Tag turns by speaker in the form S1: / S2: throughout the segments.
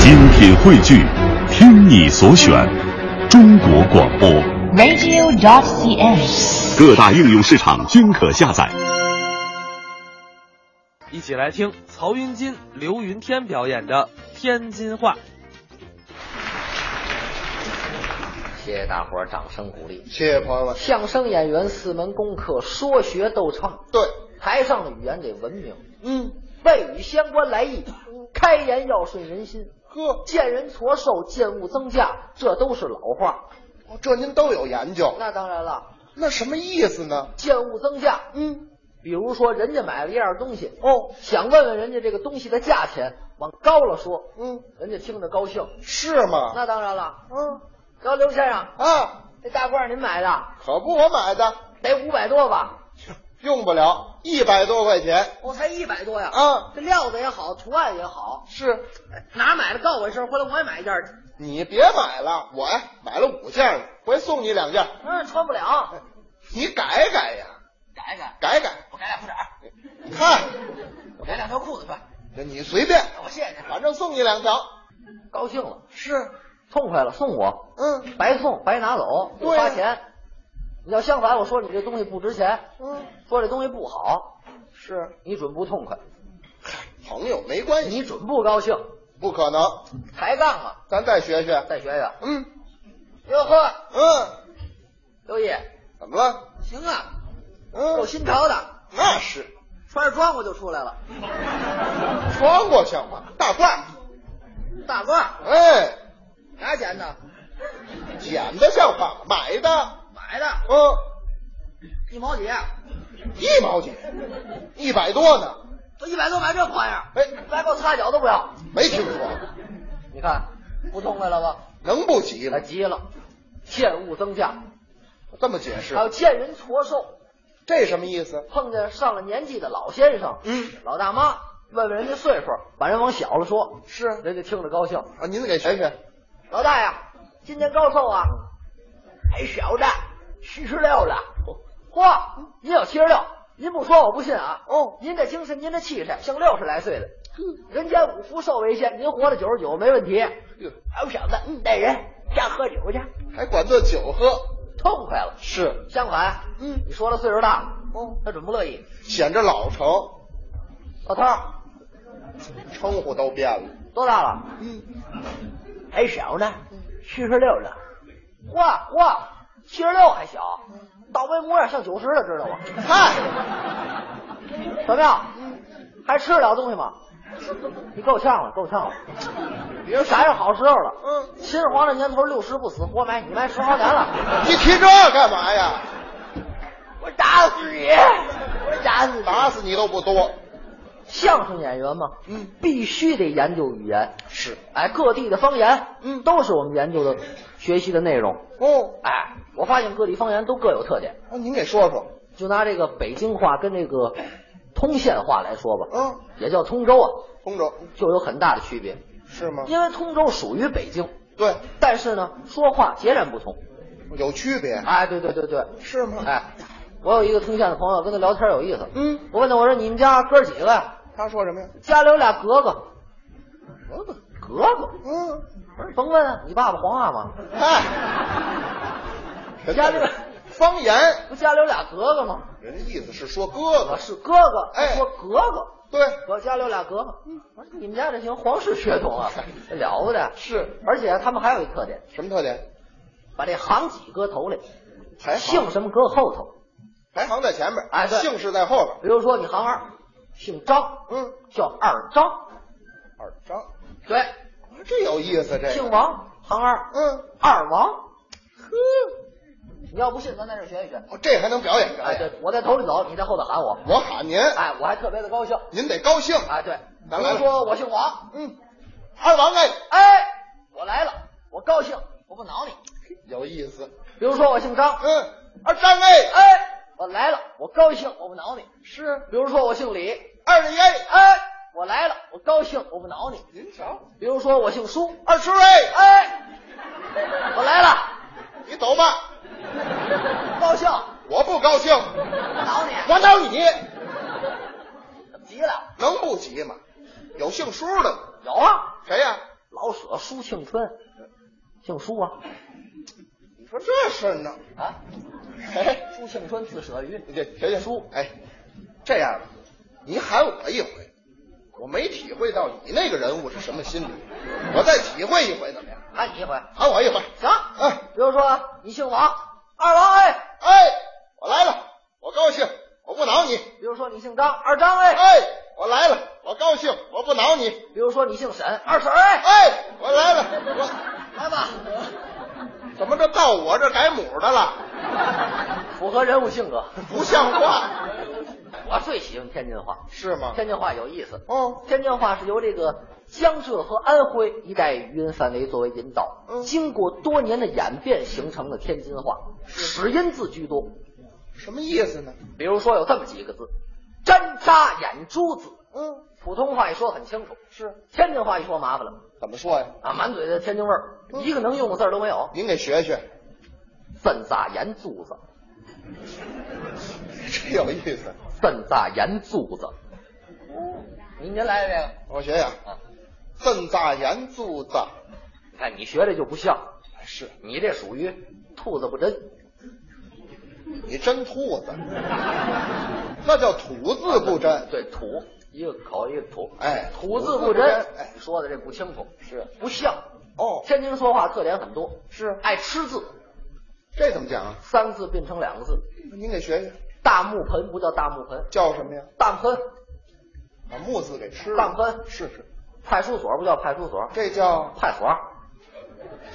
S1: 精品汇聚，听你所选，中国广播。
S2: radio.cn。
S1: 各大应用市场均可下载。
S3: 一起来听曹云金、刘云天表演的天津话。
S4: 谢谢大伙儿掌声鼓励。
S5: 谢谢朋友们。
S4: 相声演员四门功课：说学逗唱。
S5: 对，
S4: 台上的语言得文明，
S5: 嗯，
S4: 外语相关来意，开言要顺人心，
S5: 呵，
S4: 见人矬瘦，见物增价，这都是老话。
S5: 哦这您都有研究，
S4: 那当然了，
S5: 那什么意思呢？
S4: 见物增价，
S5: 嗯，
S4: 比如说人家买了一样东西，
S5: 哦，
S4: 想问问人家这个东西的价钱，往高了说，
S5: 嗯，
S4: 人家听着高兴。
S5: 是吗？
S4: 那当然了，
S5: 嗯
S4: 说刘先生，
S5: 啊，
S4: 这大褂您买的
S5: 可不我买的，
S4: 得五百多吧？
S5: 用不了一百多块钱
S4: 我哦才一百多呀！
S5: 啊。
S4: 这料子也好，图案也好，
S5: 是
S4: 哪儿买的告我一声，回来我也买一件儿去。
S5: 你别买了，我呀买了五件了，回送你两件，
S4: 嗯，穿不了，
S5: 你改改呀，
S4: 改一改，
S5: 改改。
S4: 我改俩裤衩儿，
S5: 看，
S4: 我改两条裤子吧。
S5: 你随便，
S4: 我谢谢
S5: 反正送你两条。
S4: 高兴了，
S5: 是，
S4: 痛快了，送我，
S5: 嗯
S4: 白送白拿走，不
S5: 对啊
S4: 花钱。你要相反，我说你这东西不值钱，
S5: 嗯，
S4: 说这东西不好，
S5: 是，
S4: 你准不痛快，
S5: 朋友没关系，
S4: 你准不高兴，
S5: 不可能，
S4: 抬杠了，
S5: 咱再学学。
S4: 再学学。
S5: 嗯
S4: 哟呵，
S5: 嗯，
S4: 刘毅，
S5: 怎么了？
S4: 行啊，
S5: 嗯
S4: 够，新潮的，
S5: 那是。
S4: 穿着装我就出来了，
S5: 穿过像话，大褂儿，
S4: 大褂
S5: 哎，
S4: 哪钱的？
S5: 剪的像话，买的，
S4: 买的，
S5: 嗯，
S4: 一毛几啊，
S5: 一毛几，一百多呢，
S4: 我一百多买这花样，
S5: 哎
S4: 来给我擦脚都不要。
S5: 没听说，
S4: 你看，不痛快了吧？
S5: 能不急
S4: 他
S5: 吗？
S4: 急了，见物增价，
S5: 这么解释
S4: 还，有见人矬瘦，
S5: 这什么意思？
S4: 碰见上了年纪的老先生、
S5: 嗯，
S4: 老大妈，问问人家岁数，把人往小了说，
S5: 是
S4: 人家听着高兴。
S5: 啊，您给学学，
S4: 老大爷，今年高寿啊？
S5: 嗯
S4: 还小的，七十六了。嚯，您有七十六？您不说我不信啊！
S5: 哦，
S4: 您这精神，您这气势，像六十来岁的。人间五福寿为先，您活了九十九没问题。
S5: 哟
S4: 老小子，嗯，带人下喝酒去，
S5: 还管这酒喝，
S4: 痛快了。
S5: 是
S4: 相反，
S5: 嗯
S4: 你说了岁数大，
S5: 哦，
S4: 他准不乐意。
S5: 显着老成，
S4: 老头儿
S5: 称呼都变了，
S4: 多大了？
S5: 嗯，
S4: 还哎小呢，七十六了。嚯嚯，七十六还小，倒霉模样像九十了，知道吗？
S5: 嗨，
S4: 怎么样？还吃得了东西吗？你够呛了，够呛了。
S5: 别
S4: 赶上好时候了。
S5: 嗯，
S4: 秦始皇这年头六十不死，活埋你埋十好年了。
S5: 你提这干嘛呀？
S4: 我打死你！我打死你！
S5: 打死你都不多，
S4: 相声演员嘛，
S5: 嗯，
S4: 必须得研究语言。
S5: 是，
S4: 哎，各地的方言，
S5: 嗯
S4: 都是我们研究的、学习的内容。
S5: 哦，
S4: 哎，我发现各地方言都各有特点。
S5: 那您给说说，
S4: 就拿这个北京话跟这个通县话来说吧，
S5: 嗯，
S4: 也叫通州啊，
S5: 公主
S4: 就有很大的区别。
S5: 是吗？
S4: 因为通州属于北京，
S5: 对，
S4: 但是呢，说话截然不同。
S5: 有区别，
S4: 哎，对对对对，
S5: 是吗
S4: 哎，我有一个通县的朋友，跟他聊天有意思。
S5: 嗯，
S4: 我问他，我说你们家哥几个呀？
S5: 他说什么呀？
S4: 家里有俩格格，
S5: 格格，
S4: 格格，
S5: 嗯，
S4: 我说甭问啊，你爸爸皇阿玛，
S5: 哎，
S4: 家里边
S5: 方言，
S4: 不家里有俩格格吗？
S5: 人家意思是说哥
S4: 我
S5: 哥，
S4: 是哥哥，
S5: 哎
S4: 我格格，
S5: 对，
S4: 我家里有俩格格。我说你们家这行皇室血统 啊，这了不得。
S5: 是
S4: 而且他们还有一特点，
S5: 什么特点？
S4: 把这行几搁头里，
S5: 排行，
S4: 姓什么搁后头。
S5: 排行在前面，
S4: 哎对
S5: 姓氏在后边，
S4: 比如说你行二，姓张，
S5: 嗯，
S4: 叫二张，
S5: 二张，啊
S4: 对，
S5: 这有意思，这
S4: 姓
S5: 个，
S4: 王，行二，
S5: 嗯，
S4: 二王。呵，你要不信，咱在这儿学一学。
S5: 哦，这还能表演
S4: 哎，
S5: 表演，
S4: 对，我在头里走，你在后头喊我，
S5: 我喊您，
S4: 哎，我还特别的高兴。
S5: 您得高兴，
S4: 哎，对，
S5: 咱
S4: 比
S5: 来
S4: 如
S5: 了
S4: 说我姓王，
S5: 嗯，二王哎，
S4: 哎，我来了，我高兴，我不挠你。
S5: 有意思，
S4: 比如说我姓张，
S5: 嗯，二张哎，
S4: 哎，我来了，我高兴，我不挠你。
S5: 是
S4: 比如说我姓李，
S5: 二李哎，
S4: 哎，我来了，我高兴，我不挠你。
S5: 您瞧，
S4: 比如说我姓舒，
S5: 二叔哎，
S4: 哎，我来了，
S5: 你走吧，
S4: 高兴，
S5: 我不高兴，
S4: 挠你，
S5: 我找你。
S4: 急了，
S5: 能不急吗？有姓舒的吗
S4: 有啊，
S5: 谁呀、
S4: 老鼠，叫舒庆春，姓舒啊
S5: 你说这事儿呢？
S4: 啊，
S5: 哎，
S4: 舒庆春字舍鱼，
S5: 你这铁铁叔，哎，这样吧，你喊我一回，我没体会到你那个人物是什么心理，我再体会一回怎么样？
S4: 喊你一回。
S5: 喊我一回，
S4: 行，
S5: 哎
S4: 比如说你姓王，二王哎；
S5: 哎，我来了，我高兴，我不挠你。
S4: 比如说你姓张，二张哎；
S5: 哎，我来了，我高兴，我不挠你。
S4: 比如说你姓沈，二婶哎。
S5: 哎，我来了，我
S4: 来吧，
S5: 怎么这到我这改母的了？
S4: 符合人物性格。
S5: 不像话，
S4: 我最喜欢天津话，
S5: 是吗？
S4: 天津话有意思。
S5: 哦，
S4: 天津话是由这个江浙和安徽一带语音范围作为引导，
S5: 嗯
S4: 经过多年的演变形成的天津话，使音字居多。
S5: 什么意思呢？
S4: 比如说有这么几个字：粘扎眼珠子。
S5: 嗯，
S4: 普通话一说很清楚，
S5: 是
S4: 天津话一说麻烦了
S5: 怎么说呀？
S4: 啊，满嘴的天津味儿，
S5: 嗯
S4: 一个能用的字儿都没有。
S5: 您给学学，
S4: 真扎眼珠子，
S5: 这有意思。
S4: 真扎眼珠子。
S5: 哦
S4: 您您来这个，
S5: 我学学
S4: 啊，
S5: 正炸盐柱子，
S4: 看你学这就不像，
S5: 哎是
S4: 你这属于兔子不真。
S5: 你真兔子， 那叫土字不真。
S4: 对，土一个口一个土，
S5: 哎
S4: 土字
S5: 土字不
S4: 不
S5: 真
S4: 真
S5: 哎，
S4: 你说的这不清楚，
S5: 是
S4: 不像。
S5: 哦，
S4: 天津人说话特点很多，
S5: 是
S4: 爱吃字，
S5: 这怎么讲啊？
S4: 三个字变成两个字。
S5: 您给学学，
S4: 大木盆不叫大木盆，
S5: 叫什么呀？
S4: 蛋盆；
S5: 把木字给吃了。
S4: 当官
S5: 是是，
S4: 派出所不叫派出所，
S5: 这叫
S4: 派所，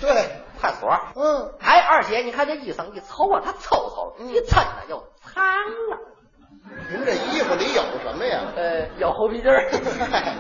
S5: 对，
S4: 派所。
S5: 嗯，
S4: 哎，二姐，你看这衣裳一瞅啊，它凑凑了，
S5: 嗯哎
S4: 一抻呢又长了，
S5: 您这衣服里有什么呀？
S4: 呃，有猴皮筋 儿
S5: 嗨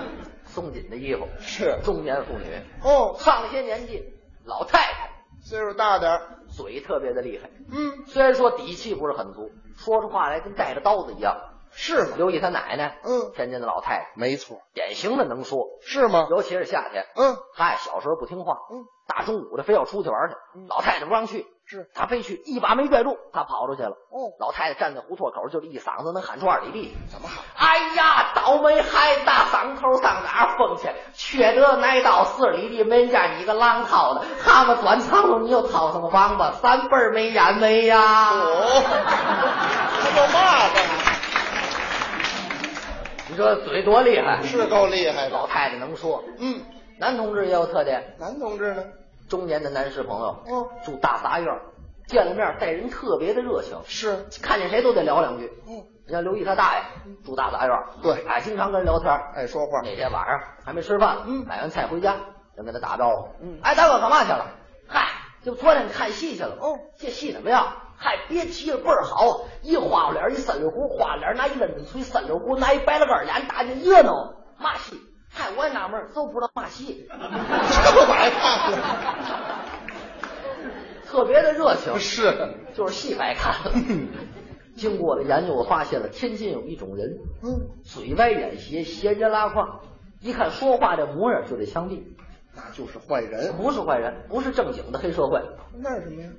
S4: 松紧的衣服，
S5: 是
S4: 中年妇女，
S5: 哦，
S4: 上了些年纪，老太太，
S5: 岁数大点儿，
S4: 嘴特别的厉害。
S5: 嗯，
S4: 虽然说底气不是很足，说出话来跟带着刀子一样。
S5: 是吗？
S4: 刘毅他奶奶，
S5: 嗯
S4: 天津的老太太，
S5: 没错，
S4: 典型的能说，
S5: 是吗？
S4: 尤其是夏天。
S5: 嗯，
S4: 她呀小时候不听话，
S5: 嗯，
S4: 大中午的非要出去玩去，老太太不让去，
S5: 是
S4: 她非去，一把没拽住，她跑出去了。
S5: 哦
S4: 老太太站在胡同口，就这一嗓子能喊出二里地。
S5: 怎么好？
S4: 哎呀，倒霉孩子，大嗓头上哪儿疯去？缺德挨到四里地，没人家你个浪套的，蛤蟆短长了，你又掏上个王八，三辈儿没染没呀！
S5: 哦， 这叫嘛呢？
S4: 你说嘴多厉害？
S5: 是够厉害
S4: 老
S5: 的。
S4: 太太能说。
S5: 嗯，
S4: 男同志也有特点，
S5: 男同志呢？
S4: 中年的男士朋友，
S5: 嗯，
S4: 住大杂院儿，见了面儿待人特别的热情，
S5: 是，
S4: 看见谁都得聊两句。
S5: 嗯，
S4: 你像刘毅他大爷住大杂院儿，
S5: 对
S4: 哎，经常跟人聊天儿。
S5: 爱说话。
S4: 那天晚上还没吃饭，
S5: 嗯
S4: 买完菜回家，就跟他打招呼，
S5: 嗯
S4: 哎，大哥干嘛去了？嗨，就昨天看戏去了。
S5: 哦，
S4: 这戏怎么样？嗨，别提了，倍儿好啊！一花脸儿，一三里湖，花脸儿拿一抡子锤，三里湖拿一白了杆儿眼，打的热闹。嘛戏？嗨，我也纳闷儿，都不知道嘛戏，
S5: 这白看了。
S4: 特别的热情。
S5: 是，
S4: 就是戏白看 了。经过我的研究，我发现了天津有一种人，
S5: 嗯，
S4: 嘴歪眼斜，斜着拉胯，一看说话这模样就得枪毙，
S5: 那就是坏人。
S4: 不是坏人，不是正经的黑社会，
S5: 那是什么呀？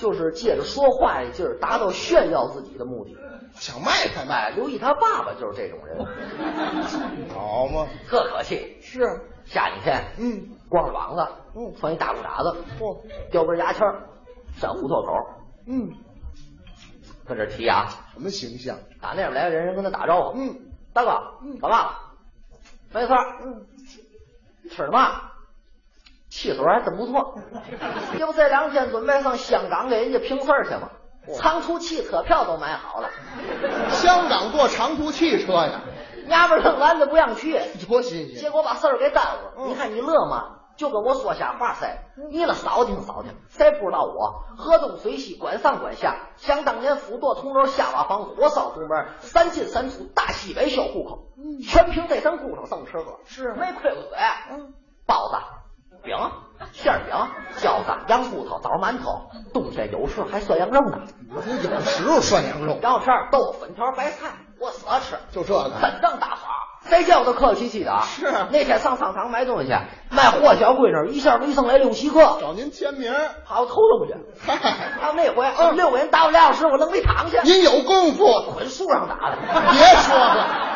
S4: 就是借着说话这劲儿达到炫耀自己的目的。
S5: 想卖才
S4: 哎，
S5: 卖，
S4: 刘毅他爸爸就是这种人，
S5: 好嘛。
S4: 特可气。
S5: 是，
S4: 下雨天，
S5: 嗯，
S4: 光着膀子，
S5: 嗯
S4: 穿一大裤衩子，
S5: 不，
S4: 叼根牙签儿，上胡同口儿
S5: 嗯，
S4: 跟这儿提啊牙，
S5: 什么形象？
S4: 打那边来个人，人跟他打招呼，
S5: 嗯，
S4: 大哥，干嘛了？没事儿，
S5: 嗯，
S4: 吃的嘛？汽水还真不 错。要不这两天准备上香港给人家平事儿去嘛？长途汽车票都买好了，
S5: 香港坐长途汽车呀，
S4: 娘们儿愣拦着不让去，
S5: 多新
S4: 结
S5: 鲜！
S4: 果把事儿给耽误了。
S5: 嗯
S4: 你看你乐吗？就跟我说瞎话塞，你了扫听扫听，谁不知道我河东水西，管上管下。想当年府舵铜楼下瓦房，火烧独门，三进三出，大西北小户口，全凭这身骨头生吃喝，
S5: 嗯是
S4: 没亏过嘴。嗯，包子、饼、馅儿饼、饺子、羊骨头、枣馒头，冬天有时候还涮羊肉呢。
S5: 有时候涮羊肉，
S4: 羊肉片儿、豆腐、粉条、白菜，我死吃。
S5: 就这个
S4: 真正大法，谁见我都客客气气的啊。
S5: 是啊
S4: 那天上商场买东西，卖货小闺女一下没上来六七个，
S5: 找您签名儿。
S4: 好偷东西。
S5: 嗨，
S4: 还有那回，哦我们六个人打我俩小时，我愣没躺下，
S5: 您有功夫，
S4: 滚树上打的。
S5: 别说了，